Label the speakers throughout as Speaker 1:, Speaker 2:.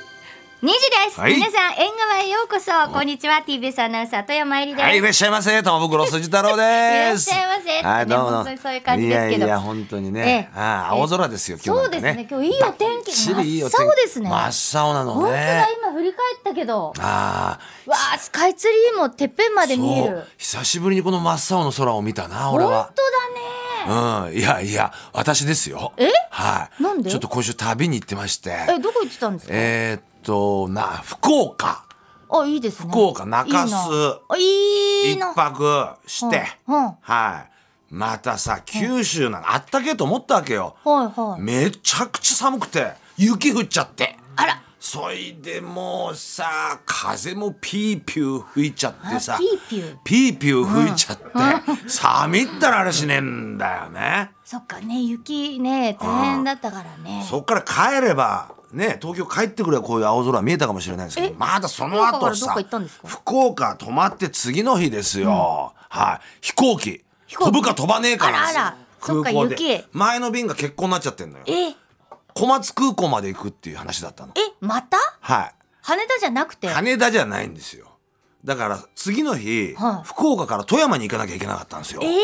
Speaker 1: です、
Speaker 2: はい
Speaker 1: 皆さん縁側へようこそこんにちは TBS アナウンサー富山えりです、
Speaker 2: はい、いらっしゃいませ、玉袋筋太郎です。
Speaker 1: いらっしゃいませ
Speaker 2: はい、どうも。
Speaker 1: 本当にそういう感じですけど
Speaker 2: いやいや、本当にね、
Speaker 1: ええ
Speaker 2: ああ、青空ですよ、今
Speaker 1: そ
Speaker 2: 日な
Speaker 1: うで
Speaker 2: ん
Speaker 1: す
Speaker 2: かね。
Speaker 1: ね今日いいお天気
Speaker 2: ばっちりいい
Speaker 1: 真
Speaker 2: お天
Speaker 1: っ
Speaker 2: 気
Speaker 1: 青ですね
Speaker 2: 真っ青な
Speaker 1: 本
Speaker 2: の
Speaker 1: 当
Speaker 2: ね
Speaker 1: だ。今振り返ったけど
Speaker 2: ああ、
Speaker 1: わあスカイツリーもてっぺんまで見え
Speaker 2: そう
Speaker 1: る、
Speaker 2: 久しぶりにこの真っ青の空を見たな、
Speaker 1: 本
Speaker 2: 俺
Speaker 1: 当だ
Speaker 2: は。うん、いやいや、私ですよ。
Speaker 1: え
Speaker 2: はい。
Speaker 1: なんで
Speaker 2: ちょっと今週旅に行ってまして。
Speaker 1: ねえどこ行ってたんですか
Speaker 2: えーっと、な、福岡。
Speaker 1: あいいですね
Speaker 2: 福岡中洲
Speaker 1: いい
Speaker 2: 一
Speaker 1: なあいいな
Speaker 2: 泊して。
Speaker 1: うんうん
Speaker 2: はい。またさ、九州なの、あったけえと思ったわけよ。
Speaker 1: はいはい
Speaker 2: めちゃくちゃ寒くて雪降っちゃって
Speaker 1: あら
Speaker 2: そいでもうさ風もピーピュー吹いちゃってさ
Speaker 1: あピーピュー
Speaker 2: ピーピュー吹いちゃって、寒いったらあれしねえんだよね
Speaker 1: そっかね雪ね大変だったからね
Speaker 2: そっから帰ればね東京帰ってくればこういう青空見えたかもしれないですけど
Speaker 1: え
Speaker 2: まだその後さ
Speaker 1: 福岡からどっか行ったんですか
Speaker 2: 福岡泊まって次の日ですよ、はい飛行機
Speaker 1: 飛行機
Speaker 2: 飛ぶか飛ばねえかなんですよ
Speaker 1: あらあらそっか雪
Speaker 2: 前の便が欠航になっちゃってんのよ
Speaker 1: ええ
Speaker 2: 小松空港まで行くっていう話だったの
Speaker 1: また
Speaker 2: はい
Speaker 1: 羽田じゃなくて
Speaker 2: 羽田じゃないんですよだから次の日、
Speaker 1: はい
Speaker 2: 福岡から富山に行かなきゃいけなかったんですよ、
Speaker 1: ええ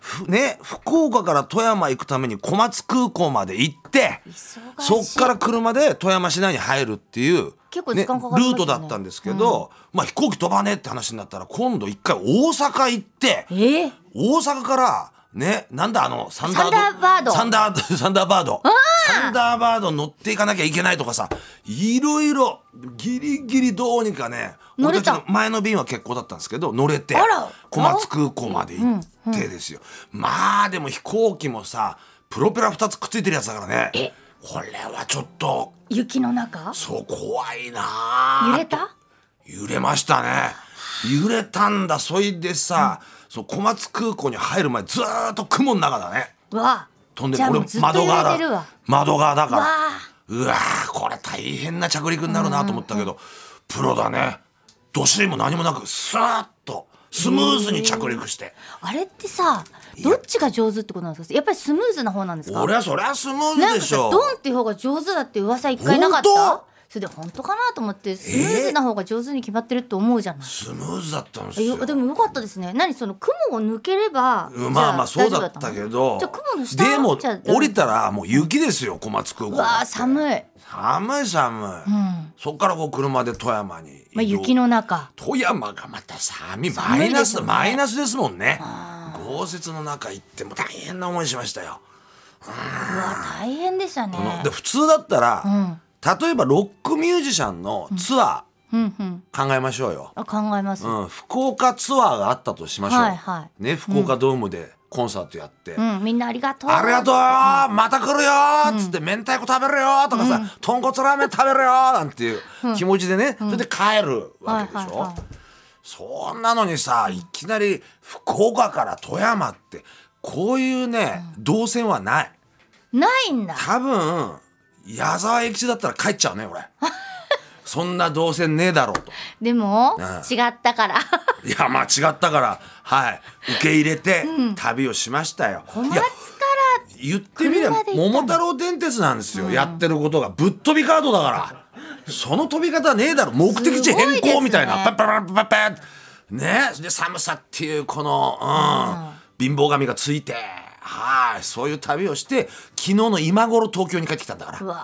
Speaker 2: ふね福岡から富山行くために小松空港まで行って
Speaker 1: 忙しい
Speaker 2: そっから車で富山市内に入るっていう
Speaker 1: 結構時間かかりますよね
Speaker 2: ルートだったんですけど、まあ飛行機飛ばねえって話になったら今度一回大阪行って
Speaker 1: ええ
Speaker 2: 大阪からねなんだあのサンダー
Speaker 1: サンダーバード
Speaker 2: サンダー サンダーバードサンダーバード乗っていかなきゃいけないとかさいろいろギリギリどうにかね
Speaker 1: 乗れた
Speaker 2: 俺ちの前の便は欠航だったんですけど乗れて
Speaker 1: あら
Speaker 2: 小松空港まで行ってですよ、まあでも飛行機もさプロペラ2つくっついてるやつだからねこれはちょっと
Speaker 1: 雪の中
Speaker 2: そう怖いなあ
Speaker 1: 揺れた
Speaker 2: 揺れましたね揺れたんだそいでさ、そう小松空港に入る前ずーっと雲の中だね
Speaker 1: わあ
Speaker 2: 飛んで
Speaker 1: じゃあ
Speaker 2: 俺
Speaker 1: もうずっと揺
Speaker 2: 側
Speaker 1: れ
Speaker 2: だ
Speaker 1: てるわ
Speaker 2: 窓側だから
Speaker 1: わ
Speaker 2: うわーこれ大変な着陸になるなと思ったけど、プロだねどっしりも何もなくスーッとスムーズに着陸して、
Speaker 1: あれってさどっちが上手ってことなんですかやっぱりスムーズな方なんですか
Speaker 2: 俺はそりゃスムー
Speaker 1: な
Speaker 2: ズ
Speaker 1: ん
Speaker 2: で
Speaker 1: か
Speaker 2: し
Speaker 1: さ
Speaker 2: ょ
Speaker 1: ドンっていう方が上手だって噂一回なかっ
Speaker 2: 本
Speaker 1: た
Speaker 2: 当
Speaker 1: それで本当かなと思ってスムーズな方が上手に決まってると思うじゃない、
Speaker 2: スムーズだったんです
Speaker 1: え
Speaker 2: よ
Speaker 1: よでもよかったですね何その雲を抜ければ
Speaker 2: うんまあまあ
Speaker 1: じゃ
Speaker 2: そう
Speaker 1: 大丈夫
Speaker 2: だったけど
Speaker 1: じゃあ雲の下
Speaker 2: でも
Speaker 1: じゃあ
Speaker 2: 降りたらもう雪ですよ小松空港
Speaker 1: う
Speaker 2: だって
Speaker 1: わあ寒い、うん、
Speaker 2: 寒い寒い、
Speaker 1: ま
Speaker 2: そっからこう車で富山に移動
Speaker 1: あ雪の中
Speaker 2: 富山がまた寒いマ
Speaker 1: 寒
Speaker 2: イ
Speaker 1: い
Speaker 2: ナ
Speaker 1: です
Speaker 2: ス、
Speaker 1: よね
Speaker 2: マイナスですもんね豪雪の中行っても大変な思いしましたよ、
Speaker 1: うわ大変でしたね
Speaker 2: こので普通だったら、
Speaker 1: ん
Speaker 2: 例えばロックミュージシャンのツア
Speaker 1: うんうん
Speaker 2: ー考えましょうよ、
Speaker 1: あ考えます、
Speaker 2: うん、福岡ツアーがあったとしましょう、
Speaker 1: はいは
Speaker 2: ね、福岡ドームでコンサートやって、
Speaker 1: うん、みんなありがとう
Speaker 2: ありがとうよまた来るよっつって明太子食べるよとかさ、豚骨ラーメン食べるよなんていう気持ちでね、それで帰るわけでしょ、
Speaker 1: はいはいはい
Speaker 2: そんなのにさいきなり福岡から富山ってこういうね、動線はない
Speaker 1: ないんだ
Speaker 2: 多分矢沢永吉だったら帰っちゃうね俺そんな動線ねえだろうと
Speaker 1: でも、
Speaker 2: う
Speaker 1: 違ったから
Speaker 2: いやまあ違ったからはい受け入れて旅をしましたよ、
Speaker 1: 小松
Speaker 2: い
Speaker 1: か
Speaker 2: や
Speaker 1: ら
Speaker 2: 言ってみれば
Speaker 1: 車で行ったの
Speaker 2: 桃太郎電鉄なんですよ、やってることがぶっ飛びカードだからその飛び方ねえだろ目的地変更みたいな、
Speaker 1: すご
Speaker 2: パ
Speaker 1: いですね
Speaker 2: ッパッパッパッパッねで寒さっていうこの、うん貧乏神がついてはいそういう旅をして昨日の今頃東京に帰ってきたんだから
Speaker 1: うわ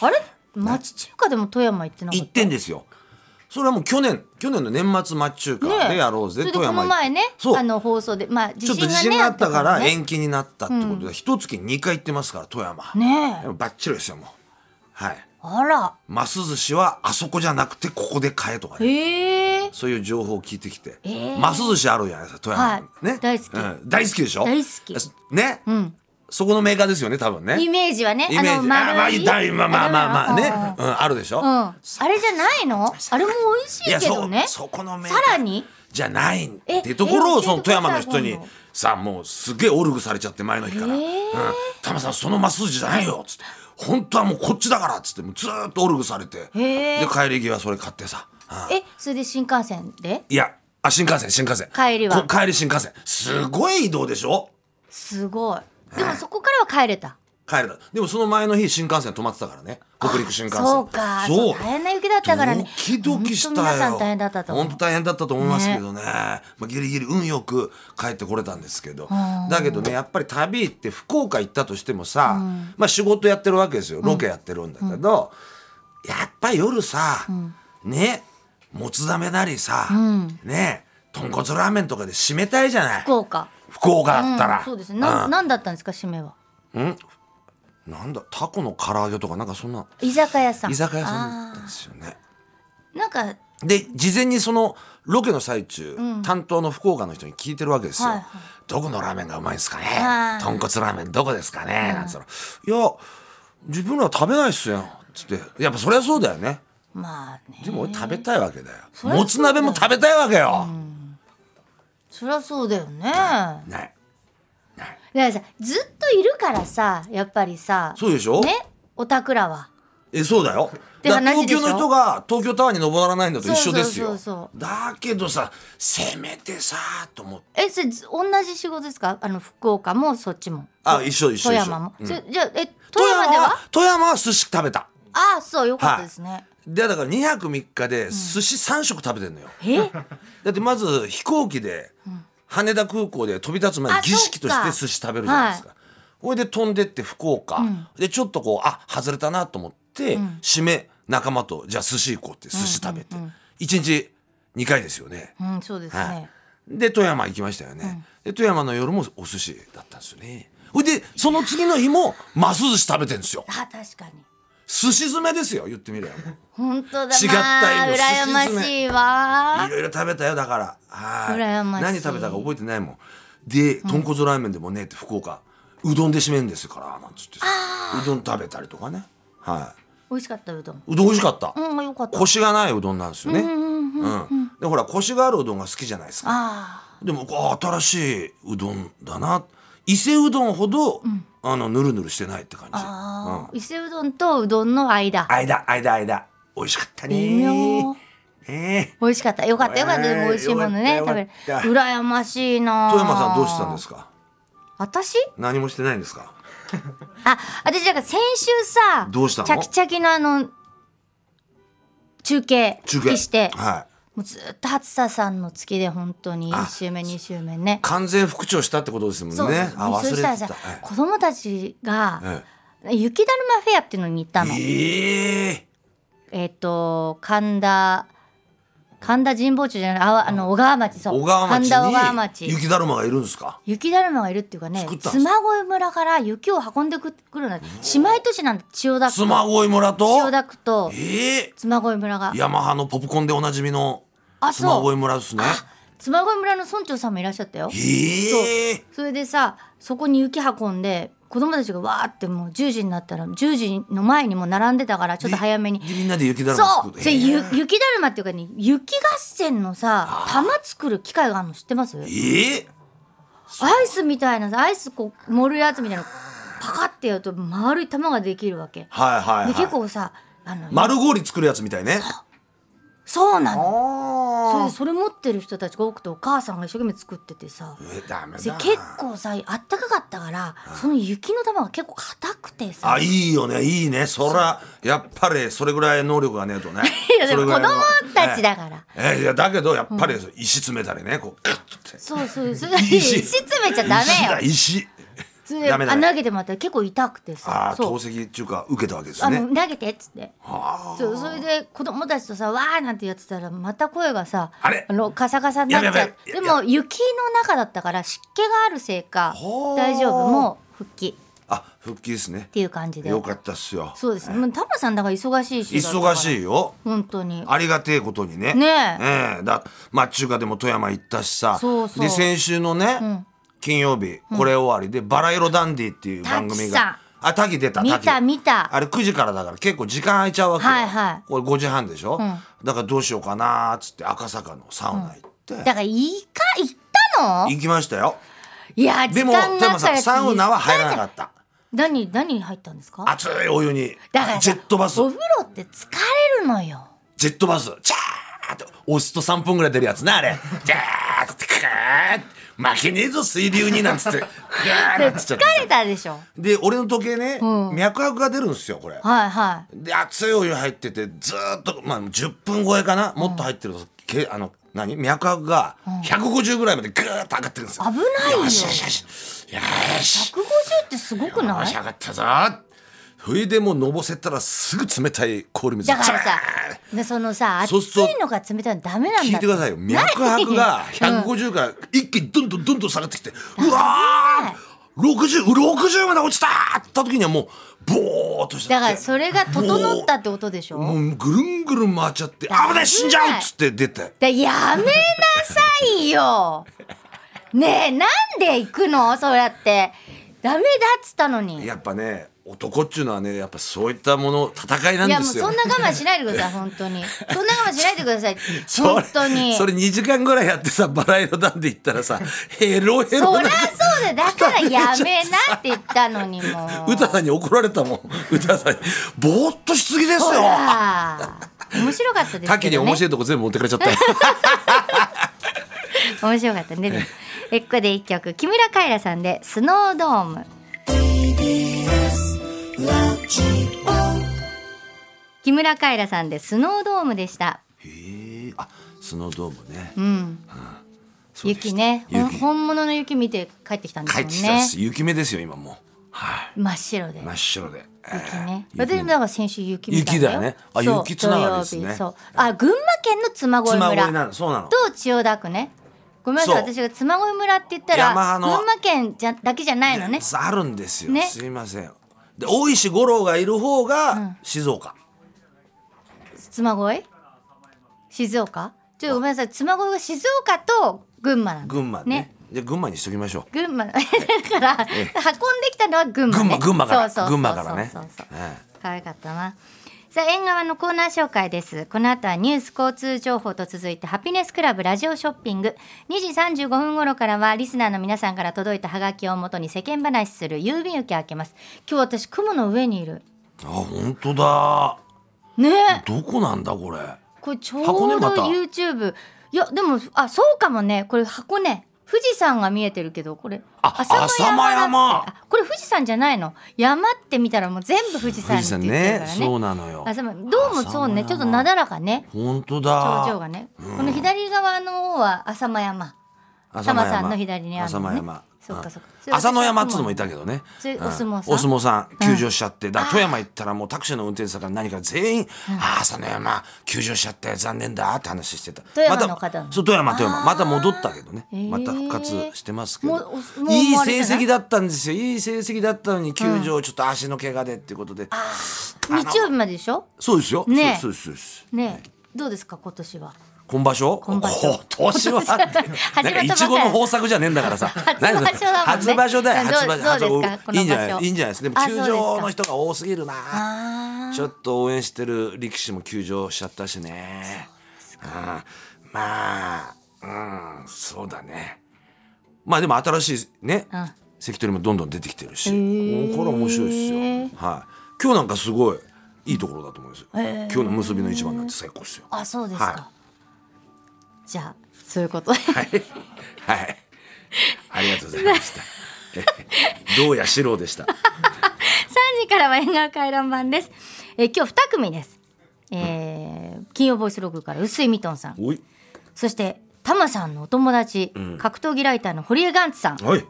Speaker 1: ーあれ町中華でも富山行ってなかった
Speaker 2: 一点ですよそれはもう去年去年の年末町中華でやろうぜ、
Speaker 1: それで
Speaker 2: 富
Speaker 1: こ
Speaker 2: 山
Speaker 1: の
Speaker 2: 行っ
Speaker 1: 前ね
Speaker 2: そう
Speaker 1: あの放送でまあ地
Speaker 2: ちょっと
Speaker 1: 震
Speaker 2: 地
Speaker 1: がね
Speaker 2: 震があったから
Speaker 1: ね
Speaker 2: 延期になったってことで一月に2回行ってますから富山
Speaker 1: ね
Speaker 2: で
Speaker 1: え
Speaker 2: もバッチリですよもうはい
Speaker 1: あら
Speaker 2: ます寿司はあそこじゃなくてここで買えとかね
Speaker 1: へえ
Speaker 2: そういう情報を聞いてきて、
Speaker 1: えー
Speaker 2: ます寿司あるじゃないですか富山に、
Speaker 1: はい大好き
Speaker 2: うん大好きでしょ
Speaker 1: 大好き
Speaker 2: ね、
Speaker 1: うん
Speaker 2: そこのメーカーですよね多分ね
Speaker 1: イメージはね
Speaker 2: イメージ
Speaker 1: あの丸い
Speaker 2: あまあいたまあまあまあまあね
Speaker 1: あ
Speaker 2: うんあるでしょ、
Speaker 1: うんあれじゃないのあれも美味し
Speaker 2: い
Speaker 1: い
Speaker 2: や
Speaker 1: け
Speaker 2: そ
Speaker 1: どね
Speaker 2: そこのメーカ
Speaker 1: さ
Speaker 2: ー
Speaker 1: らに
Speaker 2: じゃないっ
Speaker 1: え
Speaker 2: てところを
Speaker 1: え
Speaker 2: その富山の人
Speaker 1: 教えて
Speaker 2: に
Speaker 1: ください
Speaker 2: さもうすげえオルグされちゃって前の日から「
Speaker 1: え
Speaker 2: うん
Speaker 1: ー、
Speaker 2: タマさんそのマスジじゃないよ」っつって「本当はもうこっちだから」っつってもうずーっとオルグされて、
Speaker 1: えー
Speaker 2: で帰り際それ買ってさ、うん
Speaker 1: えそれで新幹線で
Speaker 2: いやあ新幹線新幹線
Speaker 1: 帰りは
Speaker 2: こ帰り新幹線すごい移動でしょ
Speaker 1: すごいでもそこからは帰れた
Speaker 2: 帰れたでもその前の日新幹線止まってたからね北陸新幹線
Speaker 1: そうかそう大変な雪だったからね
Speaker 2: ドキドキしたよ
Speaker 1: 本当皆さん大変だったと思う
Speaker 2: 本当大変だったと思いますけどねまあ、ギリギリ運よく帰ってこれたんですけどだけどねやっぱり旅行って福岡行ったとしてもさ、まあ仕事やってるわけですよロケやってるんだけど、やっぱ夜さ、ねもつだめなりさ、ね豚骨ラーメンとかで締めたいじゃない
Speaker 1: 福岡
Speaker 2: 福岡だったら、
Speaker 1: うんそうですねな
Speaker 2: うん
Speaker 1: んなんだったんですか締めは
Speaker 2: なんだタコの唐揚げとかなんかそんな
Speaker 1: 居酒屋さん
Speaker 2: 居酒屋さんだったん
Speaker 1: あ
Speaker 2: ですよね
Speaker 1: ーなんか
Speaker 2: で事前にそのロケの最中、担当の福岡の人に聞いてるわけですよ、
Speaker 1: はいはい
Speaker 2: どこのラーメンがうまいですかね
Speaker 1: はい
Speaker 2: 豚骨ラーメンどこですかね、なんつったらいや自分らは食べないっすよつってやっぱそりゃそうだよね
Speaker 1: まあね
Speaker 2: でも俺食べたいわけだよ
Speaker 1: そりゃそうだよ
Speaker 2: もつ鍋も食べたいわけよ、
Speaker 1: そりゃそうだよねだか
Speaker 2: ないない
Speaker 1: らさずっといるからさやっぱりさ
Speaker 2: そうでしょ、
Speaker 1: ねおたくらは
Speaker 2: えそうだよ
Speaker 1: て
Speaker 2: だから
Speaker 1: 話
Speaker 2: 東
Speaker 1: でしょ
Speaker 2: 京の人が東京タワーに登らないのと一緒ですよ
Speaker 1: そうそうそうそ
Speaker 2: だけどさせめてさと思って
Speaker 1: えそれず同じ仕事ですかあの福岡もそっちも
Speaker 2: あ一緒一緒
Speaker 1: 富
Speaker 2: 一緒
Speaker 1: 山も、
Speaker 2: うん
Speaker 1: それじゃあえ富
Speaker 2: 富
Speaker 1: 山
Speaker 2: 山
Speaker 1: では
Speaker 2: は富山は寿司食べた
Speaker 1: ああそうよかったですね、
Speaker 2: でだから2泊3日で寿司3食食べてんのよ、
Speaker 1: え
Speaker 2: だってまず飛行機で羽田空港で飛び立つ前に
Speaker 1: あ
Speaker 2: 儀式と
Speaker 1: そ
Speaker 2: し
Speaker 1: っ
Speaker 2: て
Speaker 1: か
Speaker 2: 寿司食べるじゃないですかほいで飛んでって福岡、でちょっとこうあ外れたなと思って、締め仲間とじゃあ寿司行こうって寿司食べて、一1日2回ですよね、
Speaker 1: うんそうですね、
Speaker 2: はいで富山行きましたよね、で富山の夜もお寿司だったんですよねほいでその次の日もます寿司食べてんですよ
Speaker 1: あ確かに
Speaker 2: 寿司詰めですよ言ってみればもう
Speaker 1: 本当だ
Speaker 2: 違った意味の
Speaker 1: まあ羨ましいわ
Speaker 2: いろいろ食べたよだからはい
Speaker 1: 羨ましい
Speaker 2: 何食べたか覚えてないもんで豚骨ラーメンでもねって福岡うどんで締めるんですからなんつってさうどん食べたりとかねは
Speaker 1: 美味しかったうどん
Speaker 2: いうどん美味しかった、
Speaker 1: うんよかった
Speaker 2: コシがないうどんなんですよねうんでほらコシがあるうどんが好きじゃないですか
Speaker 1: あ
Speaker 2: でもあ新しいうどんだな伊勢うどんほど、あのぬるぬるしてないって感じ
Speaker 1: ーあー、伊勢うどんとうどんの間
Speaker 2: 間間間美味しかったね
Speaker 1: 微妙
Speaker 2: ねえ
Speaker 1: 美味しかったよかったよかった、
Speaker 2: えー
Speaker 1: でも美味しいものね
Speaker 2: よ
Speaker 1: 食
Speaker 2: かった
Speaker 1: べ
Speaker 2: よ
Speaker 1: る
Speaker 2: かった
Speaker 1: 羨ましいな
Speaker 2: 富山さんどうしてたんですか
Speaker 1: 私
Speaker 2: 何もしてないんですか
Speaker 1: あ私だから先週さ
Speaker 2: どうしたの
Speaker 1: チャキチャキのあの中継
Speaker 2: 中継
Speaker 1: して
Speaker 2: はい
Speaker 1: もうずっと初田さんの月で本当に1週目2週目ね
Speaker 2: 完全復調したってことですもんね。
Speaker 1: そうです
Speaker 2: あ、
Speaker 1: そ
Speaker 2: 忘れ
Speaker 1: してた
Speaker 2: た。
Speaker 1: らさ
Speaker 2: はい
Speaker 1: 子供たちが
Speaker 2: え
Speaker 1: 雪だるまフェアっていうのに行ったの
Speaker 2: ええ
Speaker 1: えっと神田神田神保町じゃないあわあの小川町そう
Speaker 2: 小川町
Speaker 1: 神田小川町
Speaker 2: に雪だるまがいるんですか。
Speaker 1: 雪だるまがいるっていうかね
Speaker 2: 作ったんです
Speaker 1: 嬬恋村から雪を運んでくくるなんて姉妹都市なんだ千代田区
Speaker 2: スマゴイ村と。
Speaker 1: 千代田区と
Speaker 2: ええ
Speaker 1: 嬬恋村が
Speaker 2: ヤマハのポップコーンでおなじみの
Speaker 1: あ
Speaker 2: スマ
Speaker 1: そ
Speaker 2: ゴイ
Speaker 1: う
Speaker 2: 村ですね。
Speaker 1: 嬬恋村の村長さんもいらっしゃったよ
Speaker 2: ええ
Speaker 1: それでさそこに雪運んで子供たちがわーってもう10時になったら10時の前にもう並んでたからちょっと早めに
Speaker 2: でみんなで雪だるま
Speaker 1: そ
Speaker 2: 作
Speaker 1: う
Speaker 2: る。
Speaker 1: で
Speaker 2: ええ
Speaker 1: ゆ雪だるまっていうかね雪合戦のさ玉作る機械があるの知ってます
Speaker 2: ええ
Speaker 1: アイスみたいなさアイスこう盛るやつみたいなのパカってやると丸い玉ができるわけ
Speaker 2: はいはい、はい。
Speaker 1: で結構さあの
Speaker 2: 丸氷作るやつみたいね。
Speaker 1: そうなのそれ
Speaker 2: あ
Speaker 1: でそれ持ってる人たちが多くてお母さんが一生懸命作ってて
Speaker 2: あ。
Speaker 1: さ
Speaker 2: えダメ
Speaker 1: で
Speaker 2: だ。
Speaker 1: 結構さあったかかったからその雪の玉が結構硬くてさ
Speaker 2: あいいよねいいねそらやっぱりそれぐらい能力がねえとね
Speaker 1: いやでも子供たちだから、
Speaker 2: えーいやだけどやっぱり石詰めたりねこうカッて
Speaker 1: そうそうそう石
Speaker 2: 石
Speaker 1: 詰めちゃダ
Speaker 2: 石だ
Speaker 1: メよ
Speaker 2: 石
Speaker 1: それで
Speaker 2: ダメダメ
Speaker 1: あ投げてもらったら結構痛くて
Speaker 2: あ
Speaker 1: さ
Speaker 2: あ
Speaker 1: そ
Speaker 2: 透
Speaker 1: う
Speaker 2: 析っていうか受けたわけです
Speaker 1: あ
Speaker 2: ね
Speaker 1: の投げてっつって
Speaker 2: あ
Speaker 1: そうそれで子供たちとさわーなんてやってたらまた声がさ
Speaker 2: あれ
Speaker 1: のカサカサになっち
Speaker 2: やべ
Speaker 1: ゃ
Speaker 2: や
Speaker 1: う
Speaker 2: べ
Speaker 1: で
Speaker 2: や
Speaker 1: も雪の中だったから湿気があるせいか
Speaker 2: ほー
Speaker 1: 大丈夫もう復帰っ
Speaker 2: ああ復帰ですね
Speaker 1: ていう感じで
Speaker 2: よかったっすよ
Speaker 1: そうですねもうタマさんだから忙しいし
Speaker 2: 忙
Speaker 1: い
Speaker 2: しいよ
Speaker 1: 本当に
Speaker 2: ありがてえことにね
Speaker 1: ねえ
Speaker 2: ええだまあ中華でも富山行ったしさ
Speaker 1: そうそう
Speaker 2: で先週のね、金曜日これ終わりで「バラ色ダンディ」っていう番組があ滝出た
Speaker 1: 見
Speaker 2: 滝
Speaker 1: た見た
Speaker 2: あれ9時からだから結構時間空いちゃうわけよ、
Speaker 1: はいはい
Speaker 2: これ5時半でしょ、だからどうしようかなーっつって赤坂のサウナ行って、
Speaker 1: だからいいか行ったの
Speaker 2: 行きましたよ
Speaker 1: いや時
Speaker 2: でも
Speaker 1: 間
Speaker 2: 富
Speaker 1: な
Speaker 2: 山
Speaker 1: か
Speaker 2: さ
Speaker 1: ら
Speaker 2: んサウナは入らなかった
Speaker 1: 何何に入ったんですか
Speaker 2: 熱いお湯に
Speaker 1: だからさ
Speaker 2: ジェットバス
Speaker 1: お風呂って疲れるのよ
Speaker 2: ジェットバスチャーって押すと3分ぐらい出るやつなあれジャーってカーって負けねえぞ水流になんつってふわー
Speaker 1: で
Speaker 2: なんつっちゃ
Speaker 1: 疲
Speaker 2: って
Speaker 1: れたでしょ
Speaker 2: で俺の時計ね、
Speaker 1: うん
Speaker 2: 脈拍が出るんですよこれ
Speaker 1: はいは
Speaker 2: で熱いお湯入っててずーっと、まあ、10分超えかなもっと入ってると、けあの何脈拍が150ぐらいまでぐーっと上がってるんですよ
Speaker 1: 危ないよ
Speaker 2: よしよしよしよし
Speaker 1: い150ってすごく
Speaker 2: よ
Speaker 1: な
Speaker 2: し
Speaker 1: い
Speaker 2: 上がったぞそれでもうのぼせたらすぐ冷たい氷水
Speaker 1: だから
Speaker 2: ジャ
Speaker 1: さ
Speaker 2: ーン
Speaker 1: でそのさ熱
Speaker 2: そう
Speaker 1: い
Speaker 2: すると
Speaker 1: のが冷たいのダメなんだ
Speaker 2: 聞いてくださいよ脈拍が150から一気にどんどんどんどん下がってきてうわー 60, 60まで落ちたーって時にはもうボーっとしちゃ
Speaker 1: だ
Speaker 2: って
Speaker 1: からそれが整ったってことでし
Speaker 2: も
Speaker 1: ょ
Speaker 2: うぐるんぐるん回っちゃって危ない死んじゃうっつって出て
Speaker 1: だやめなさ いよねえなんで行くのそうやってダメだっつったのに
Speaker 2: やっぱね男っちゅうのはねやっぱそういったもの戦いなん
Speaker 1: い
Speaker 2: で
Speaker 1: やもう
Speaker 2: す
Speaker 1: そ
Speaker 2: よ
Speaker 1: んな我慢しないでく ださい本当にそんな我慢しないでください
Speaker 2: それ
Speaker 1: 本当に
Speaker 2: それ2時間ぐらいやってさバラ色なんで言ったらさヘロヘロ
Speaker 1: そり
Speaker 2: な
Speaker 1: ゃそうだよだからやめなって言ったのにもう
Speaker 2: 歌さんに怒られたも ん歌さんに「ぼーっとしすぎです
Speaker 1: ほ
Speaker 2: よ!」
Speaker 1: ら面白かったですけどね
Speaker 2: 多岐に面白いとこ全部持ってかれちゃ ったよ
Speaker 1: 面白かったねでもえここで一曲木村カエラさんで「スノードーム」木村カエラさんで「スノードーム」でした、
Speaker 2: へえあスノードームね、
Speaker 1: うん、
Speaker 2: そうでした
Speaker 1: 雪ねほん
Speaker 2: 雪
Speaker 1: 本物の雪見て帰ってきたんです
Speaker 2: 帰っ
Speaker 1: も
Speaker 2: て
Speaker 1: ん
Speaker 2: きたん
Speaker 1: ね
Speaker 2: です雪目ですよ今もうはい
Speaker 1: 真っ白で
Speaker 2: 真っ白で
Speaker 1: 雪ね
Speaker 2: えー
Speaker 1: 私もだから先週雪見たんだよ
Speaker 2: 雪だよねあ
Speaker 1: そう
Speaker 2: 雪つながりですね
Speaker 1: 土曜日そうあ群馬県の妻
Speaker 2: 雪
Speaker 1: 恋
Speaker 2: 妻
Speaker 1: 村
Speaker 2: 恋なのそうなの
Speaker 1: と千代田区ねごめんなさい
Speaker 2: そう
Speaker 1: 私が妻恋村って言ったら
Speaker 2: 山の
Speaker 1: 群馬県じゃだけじゃないのね
Speaker 2: いやあるんですよ、
Speaker 1: ね
Speaker 2: すいませんで大石五郎がいる方が静岡、
Speaker 1: 妻恋静岡ちょっとごめんなさい妻恋が静岡と群馬なの
Speaker 2: 群馬ねで群馬にしときましょ
Speaker 1: 群馬 だから運んできたのは群
Speaker 2: う
Speaker 1: 馬、
Speaker 2: 群
Speaker 1: ね、
Speaker 2: 馬群馬から
Speaker 1: そうそうそうそう
Speaker 2: 群馬からね
Speaker 1: そうそう
Speaker 2: え
Speaker 1: 可愛かったなさあ縁側のコーナー紹介ですこの後はニュース交通情報と続いてハピネスクラブラジオショッピング2時35分頃からはリスナーの皆さんから届いたハガキをもとに世間話する郵便受け開けます今日私雲の上にいる
Speaker 2: えあ本当だ
Speaker 1: ね
Speaker 2: どこなんだこれ
Speaker 1: これちょうど
Speaker 2: 箱根また
Speaker 1: YouTube いやでもあそうかもねこれ箱根富士山が見えてるけどこれ
Speaker 2: あ浅間山
Speaker 1: だってあこれ富士山じゃないの山って見たらもう全部富士
Speaker 2: 富
Speaker 1: 山って
Speaker 2: 士
Speaker 1: 言っ
Speaker 2: 山
Speaker 1: てるから
Speaker 2: ね
Speaker 1: ね
Speaker 2: そうなのよ
Speaker 1: あそうどうもそうねちょっとなだらかね
Speaker 2: 本当
Speaker 1: 頂
Speaker 2: だ
Speaker 1: 上がね、この左側の方は浅間山
Speaker 2: 浅間
Speaker 1: 玉さんの左にあるのね
Speaker 2: 浅間山
Speaker 1: そっかそっか
Speaker 2: うん浅野山っつうのもいたけどね
Speaker 1: それ
Speaker 2: うん
Speaker 1: お相撲さん
Speaker 2: お相撲さん休場しちゃってだから富山行ったらもうタクシーの運転手さんから何から全員「ああ浅野山休場しちゃって残念だ」って話してた
Speaker 1: 富山
Speaker 2: また
Speaker 1: の方なの
Speaker 2: そう富山富
Speaker 1: あ
Speaker 2: 山
Speaker 1: ー
Speaker 2: また戻ったけどね
Speaker 1: へー
Speaker 2: また復活してますけ
Speaker 1: も
Speaker 2: ど
Speaker 1: うおもう
Speaker 2: いい
Speaker 1: もうあれ
Speaker 2: 成
Speaker 1: じゃない
Speaker 2: 績だったんですよいい成績だったのに休場ちょっと足の怪我でっていうことでの
Speaker 1: 日曜日まででしょ
Speaker 2: そうですよ
Speaker 1: ね
Speaker 2: そうですそうです
Speaker 1: ねえどうですか今年は
Speaker 2: 今場所
Speaker 1: 今場所
Speaker 2: 今年はなんかいちごの豊作じゃねえんだからさ
Speaker 1: 初場所だもんね
Speaker 2: 初場所だよ初場
Speaker 1: どう
Speaker 2: 所
Speaker 1: どうですか
Speaker 2: 初
Speaker 1: この場所
Speaker 2: いいんじゃないいいんじゃないですかでも球
Speaker 1: あそうです
Speaker 2: 場
Speaker 1: か
Speaker 2: の人が多すぎるな
Speaker 1: あ
Speaker 2: ちょっと応援してる力士も休場しちゃったしねうんまあうんそうだねまあでも新しいね、
Speaker 1: ん
Speaker 2: 関取もどんどん出てきてるし、
Speaker 1: ー
Speaker 2: これは面白いですよはい今日なんかすごいいいところだと思うんですよ、
Speaker 1: へー
Speaker 2: 今日の結びの一番なんて最高ですよ
Speaker 1: あそうですか、
Speaker 2: は
Speaker 1: じゃあそういうことで
Speaker 2: はい。はい。ありがとうございました。 どうやしろうでした。
Speaker 1: 3時からは縁側回覧版です。えー今日2組です。えー金曜ボイスログから薄井ミトンさん、
Speaker 2: おい。
Speaker 1: そしてタマさんのお友達、格闘技ライターの堀江ガンツさん。
Speaker 2: はい。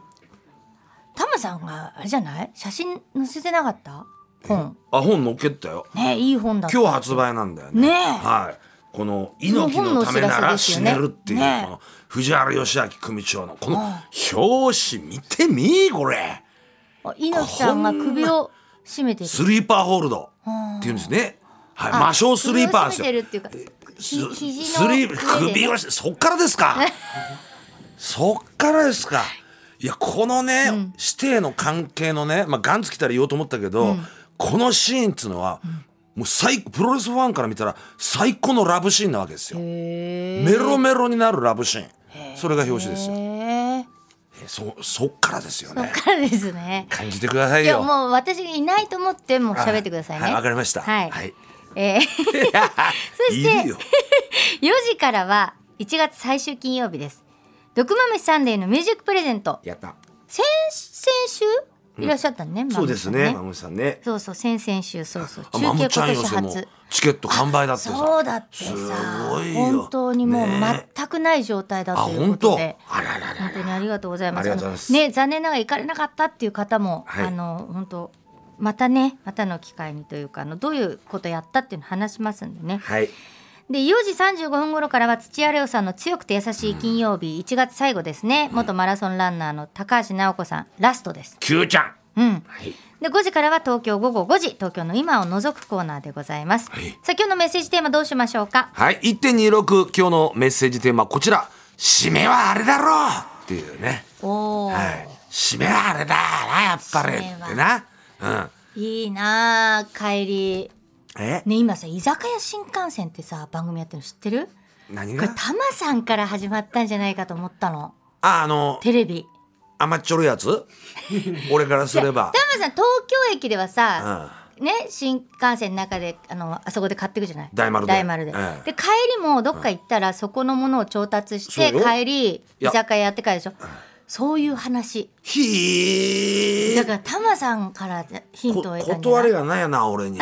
Speaker 1: タマさんがあれじゃない？写真載せてなかった？本。
Speaker 2: あ、本載っけたよ。
Speaker 1: ねいい本だった。
Speaker 2: 今日発売なんだよね。
Speaker 1: ねえ
Speaker 2: はい。この猪木のためなら死ねるっていう、
Speaker 1: ねえ
Speaker 2: この藤原義明組長のこの表紙見てみこれ。
Speaker 1: あ猪木さんが首を絞めてる。
Speaker 2: スリーパーホールドっていうんですね。はい。魔性スリーパーです
Speaker 1: 首を絞めてる
Speaker 2: よ。
Speaker 1: っていうか、
Speaker 2: す
Speaker 1: ひ肘
Speaker 2: ス
Speaker 1: の
Speaker 2: リ
Speaker 1: 上
Speaker 2: ー
Speaker 1: で、
Speaker 2: 首をそっからですかそっからですかいやこのね、師弟の関係のね、まあ、ガンツ来たら言おうと思ったけど、このシーンっつうのは、もう最プロレスファンから見たら最高のラブシーンなわけですよ
Speaker 1: へ
Speaker 2: メロメロになるラブシーンそれが表紙ですよ
Speaker 1: え。
Speaker 2: えそそっからですよ
Speaker 1: そっ
Speaker 2: ね
Speaker 1: からですね。
Speaker 2: 感じてください
Speaker 1: いや
Speaker 2: よ
Speaker 1: もう私がいないと思ってもう喋ってくださいね。
Speaker 2: はいわかりました
Speaker 1: はい。
Speaker 2: はい
Speaker 1: えー そして
Speaker 2: いるよ
Speaker 1: 4時からは1月最終金曜日です。毒まむしサンデーのミュージックプレゼント
Speaker 2: やった
Speaker 1: 先先週いらっしゃったね、
Speaker 2: そうですねマムシさんね
Speaker 1: そうそう先々週そうそう
Speaker 2: あ
Speaker 1: 中
Speaker 2: マム
Speaker 1: 継
Speaker 2: ちゃ
Speaker 1: 今
Speaker 2: ん
Speaker 1: 年
Speaker 2: 寄せも
Speaker 1: 初
Speaker 2: チケット完売だってさ
Speaker 1: そうだってさ
Speaker 2: すごいよ
Speaker 1: 本当にもう
Speaker 2: ね
Speaker 1: 全くない状態だ
Speaker 2: あ
Speaker 1: というこ
Speaker 2: 本
Speaker 1: と
Speaker 2: 当
Speaker 1: で、
Speaker 2: あららら
Speaker 1: 本当にありがとうございます。
Speaker 2: ありがとうございます
Speaker 1: あのね、残念ながら行かれなかったっていう方も、
Speaker 2: はい
Speaker 1: あの、本当。またね、またの機会にというか、あの、どういうことやったっていうの話しますんでね。
Speaker 2: はい
Speaker 1: で、4時35分頃からは土屋レオさんの強くて優しい金曜日、1月最後ですね。元マラソンランナーの高橋尚子さん、ラストです。
Speaker 2: Q ちゃん
Speaker 1: うん。
Speaker 2: はい
Speaker 1: で5時からは東京午後5時東京の今を除くコーナーでございます、
Speaker 2: はい
Speaker 1: さあ今日のメッセージテーマどうしましょうか
Speaker 2: はい1.26今日のメッセージテーマはこちら締めはあれだろうっていうね
Speaker 1: おお、
Speaker 2: はい締めはあれだなやっぱりってなうん
Speaker 1: い、いなあ帰り
Speaker 2: え
Speaker 1: ね今さ居酒屋新幹線ってさ番組やってるの知ってる
Speaker 2: 何
Speaker 1: これ
Speaker 2: が
Speaker 1: タマさんから始まったんじゃないかと思ったの
Speaker 2: ああの
Speaker 1: テレビ
Speaker 2: 甘っちょろいや つ俺からすれば
Speaker 1: タマさん東京駅ではさ、
Speaker 2: うん
Speaker 1: ね新幹線の中であのあそこで買ってくじゃない
Speaker 2: 大丸で
Speaker 1: 大丸で,、
Speaker 2: ええ
Speaker 1: で帰りもどっか行ったらそこのものを調達し
Speaker 2: そう
Speaker 1: て
Speaker 2: よ
Speaker 1: 帰り居
Speaker 2: や
Speaker 1: 酒屋やって帰るでしょそういう話
Speaker 2: ひ
Speaker 1: だ
Speaker 2: ー
Speaker 1: からタマさんからヒン
Speaker 2: こ
Speaker 1: トを得たんじゃ
Speaker 2: 断
Speaker 1: な
Speaker 2: り
Speaker 1: い
Speaker 2: がないやな俺に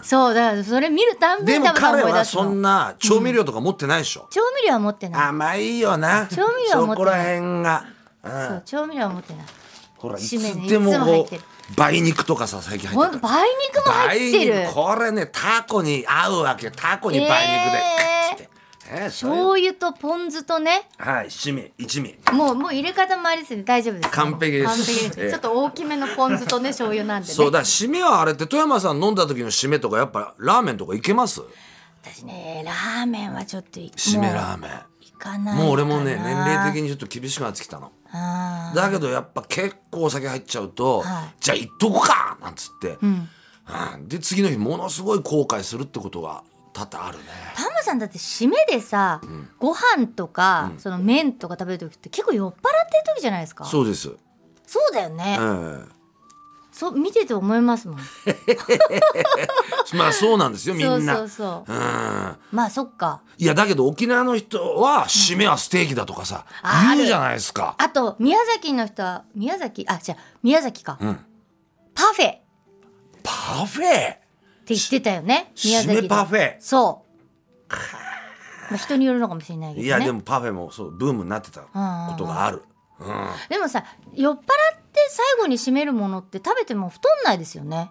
Speaker 1: そうだからそれ見るたんび
Speaker 2: で
Speaker 1: に
Speaker 2: も
Speaker 1: タマさん
Speaker 2: 彼
Speaker 1: 思い
Speaker 2: は
Speaker 1: 出す
Speaker 2: そ
Speaker 1: の
Speaker 2: んな調味料とか持ってないでしょ、
Speaker 1: 調味料は持ってない
Speaker 2: 甘いよな
Speaker 1: 調味料は持
Speaker 2: そ
Speaker 1: って
Speaker 2: こ
Speaker 1: な
Speaker 2: ら
Speaker 1: い
Speaker 2: 辺が、うん
Speaker 1: そう調味料は持ってない
Speaker 2: ほらい
Speaker 1: 締めに
Speaker 2: つでも
Speaker 1: いつも入っ
Speaker 2: こ
Speaker 1: てる
Speaker 2: う梅肉とかさ最近入
Speaker 1: ほ
Speaker 2: っ
Speaker 1: ん
Speaker 2: て
Speaker 1: と
Speaker 2: るから
Speaker 1: 梅肉も入ってる
Speaker 2: 梅肉これねタコに合うわけタコに梅肉で、カッつ
Speaker 1: えー
Speaker 2: ってえー、そういう
Speaker 1: 醤油とポン酢とね
Speaker 2: はい七味一味
Speaker 1: もうもう入れ方もありですね大丈夫です
Speaker 2: 完璧です
Speaker 1: 完璧です
Speaker 2: ええ
Speaker 1: ちょっと大きめのポン酢とね醤油なんでね
Speaker 2: そうだ締めはあれって富山さん飲んだ時の締めとかやっぱラーメンとかいけます
Speaker 1: 私ねラーメンはちょっとい
Speaker 2: 締めラー
Speaker 1: も
Speaker 2: メン
Speaker 1: ういかない
Speaker 2: もう俺もね年齢的
Speaker 1: に
Speaker 2: にちょっと厳しくなってきたの
Speaker 1: あー
Speaker 2: だけどやっぱ結構お酒入っちゃうと、
Speaker 1: はい
Speaker 2: じゃあ行っとこうかなんつって、うんで次の日ものすごい後悔するってことが多々あるね
Speaker 1: タマさんだって締めでさ、ご飯とか、その麺とか食べる時って結構酔っ払ってる時じゃないですかそ
Speaker 2: そ
Speaker 1: う
Speaker 2: うです、
Speaker 1: だよね、
Speaker 2: うん、
Speaker 1: そう見てて思いますもん
Speaker 2: まあそうなんですよみん
Speaker 1: そう
Speaker 2: な
Speaker 1: そうそう
Speaker 2: うん
Speaker 1: まあそっか
Speaker 2: いやだけど沖縄の人は締めはステーキだとかさ、
Speaker 1: あ
Speaker 2: 言うじゃないですか
Speaker 1: あと宮崎の人は宮崎あじゃ宮崎か、
Speaker 2: ん
Speaker 1: パフェ
Speaker 2: パフェ
Speaker 1: って言ってたよね宮崎で
Speaker 2: 締めパフェ
Speaker 1: そう、まあ、人によるのかもしれないけどね
Speaker 2: いやでもパフェもそうブームになってたことがある、うん、
Speaker 1: でもさ酔っ払って最後に締めるものって食べても太んないですよね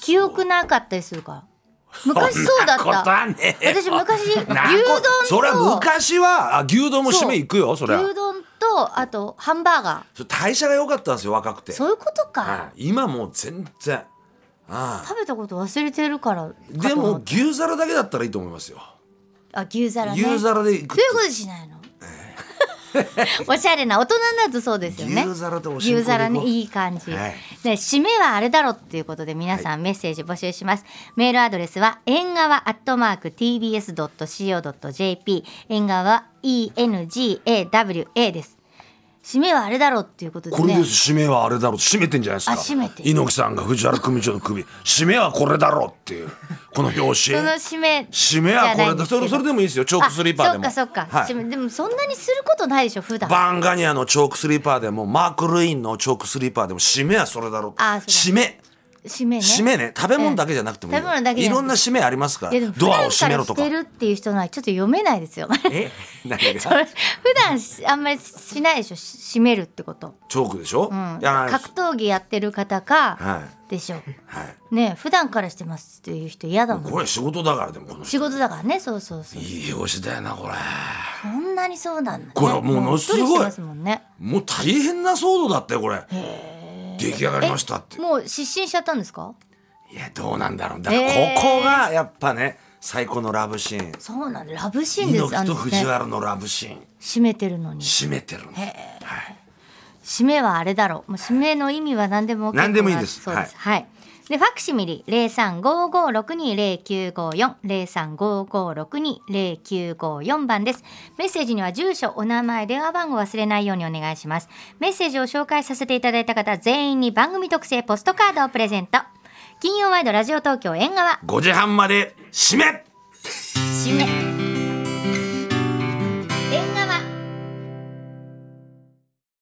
Speaker 1: 記憶なかったりするから昔そうだっ
Speaker 2: そんなこと
Speaker 1: た
Speaker 2: はねえよ
Speaker 1: 私昔牛丼
Speaker 2: なことそれは昔はあ牛丼も締め行くよそれは
Speaker 1: 牛丼とあとハンバーガ
Speaker 2: それ代謝が良かったんですよ若くて
Speaker 1: ーそういうことか、
Speaker 2: はい今もう全然ああ
Speaker 1: 食べたこと忘れてるからかと思った
Speaker 2: でも牛皿だけだったらいいと思いますよ
Speaker 1: あ牛皿ね
Speaker 2: 牛皿で行
Speaker 1: ど
Speaker 2: く
Speaker 1: ういうことしないのおしゃれな大人になるとそうですよね
Speaker 2: 牛皿でおしんこで行こう
Speaker 1: 牛皿ねいい感じ、
Speaker 2: はい
Speaker 1: で締めはあれだろっていうことで皆さんメッセージ募集します、メールアドレスは縁側アットマーク TBS.CO.JP 縁側は ENGAWA です締めはあれだろっていうことで
Speaker 2: これ
Speaker 1: ね
Speaker 2: です締めはあれだろう締めてんじゃないですか
Speaker 1: あ締めてる
Speaker 2: 猪木さんが藤原組長の首締めはこれだろうっていうこの表紙
Speaker 1: その締め
Speaker 2: 締めはこ
Speaker 1: じ
Speaker 2: れ
Speaker 1: ゃないんで
Speaker 2: だ
Speaker 1: すけ
Speaker 2: そ
Speaker 1: ど
Speaker 2: れそれでもいいですよチョークスリーパーでも
Speaker 1: あそっかそっか、
Speaker 2: はい
Speaker 1: 締めでもそんなにすることないでしょ普段
Speaker 2: バンガニアのチョークスリーパーでもマーク・ルインのチョークスリーパーでも締めはそれだろう
Speaker 1: あそう
Speaker 2: 締め
Speaker 1: 締めね
Speaker 2: 締めね食べ物だけじゃなくてもいい,、
Speaker 1: ええ食べ物だけじ
Speaker 2: い
Speaker 1: ゃなくて
Speaker 2: ろんな締めありますか
Speaker 1: いや
Speaker 2: ら
Speaker 1: でも
Speaker 2: ドアを閉めろと
Speaker 1: 普段
Speaker 2: か
Speaker 1: からしてるっていう人ならちょっと読めないですよ。
Speaker 2: え何
Speaker 1: そ
Speaker 2: が
Speaker 1: れ普段しあんまりしないでしょし閉めるってこと、
Speaker 2: チョークでしょ、
Speaker 1: うん、
Speaker 2: いや
Speaker 1: 格闘技やってる方か
Speaker 2: は
Speaker 1: でしょ
Speaker 2: いはい
Speaker 1: ねえ普段からしてますっていう人嫌だもん
Speaker 2: これ仕事だからでもこの
Speaker 1: 仕
Speaker 2: 人
Speaker 1: 事だからねそうそうそう
Speaker 2: いい表紙だよなこれ
Speaker 1: そんなにそうなんだ、ね、
Speaker 2: これものすごいう
Speaker 1: っとりしてますもんね
Speaker 2: もう大変な騒動だったよこれ出来上がりましたって
Speaker 1: もう失神しちゃったんですか
Speaker 2: いやどうなんだろうだから
Speaker 1: えー
Speaker 2: ここがやっぱね最高のラブシーン
Speaker 1: そうなんだラブシーンです
Speaker 2: 猪
Speaker 1: あ
Speaker 2: 木と
Speaker 1: の
Speaker 2: 藤原のラブシーン
Speaker 1: 閉めてるのに
Speaker 2: 締めてるのはい
Speaker 1: 締めはあれだろう。もう締めの意味は何でも OK
Speaker 2: 何でもいいです
Speaker 1: そうです。はい。でファクシミリ零三五五六二零九五四零三五五六二零九五四番です。メッセージには住所、お名前、電話番号忘れないようにお願いします。メッセージを紹介させていただいた方全員に番組特製ポストカードをプレゼント。金曜ワイドラジオ東京縁側。
Speaker 2: 5時半まで締め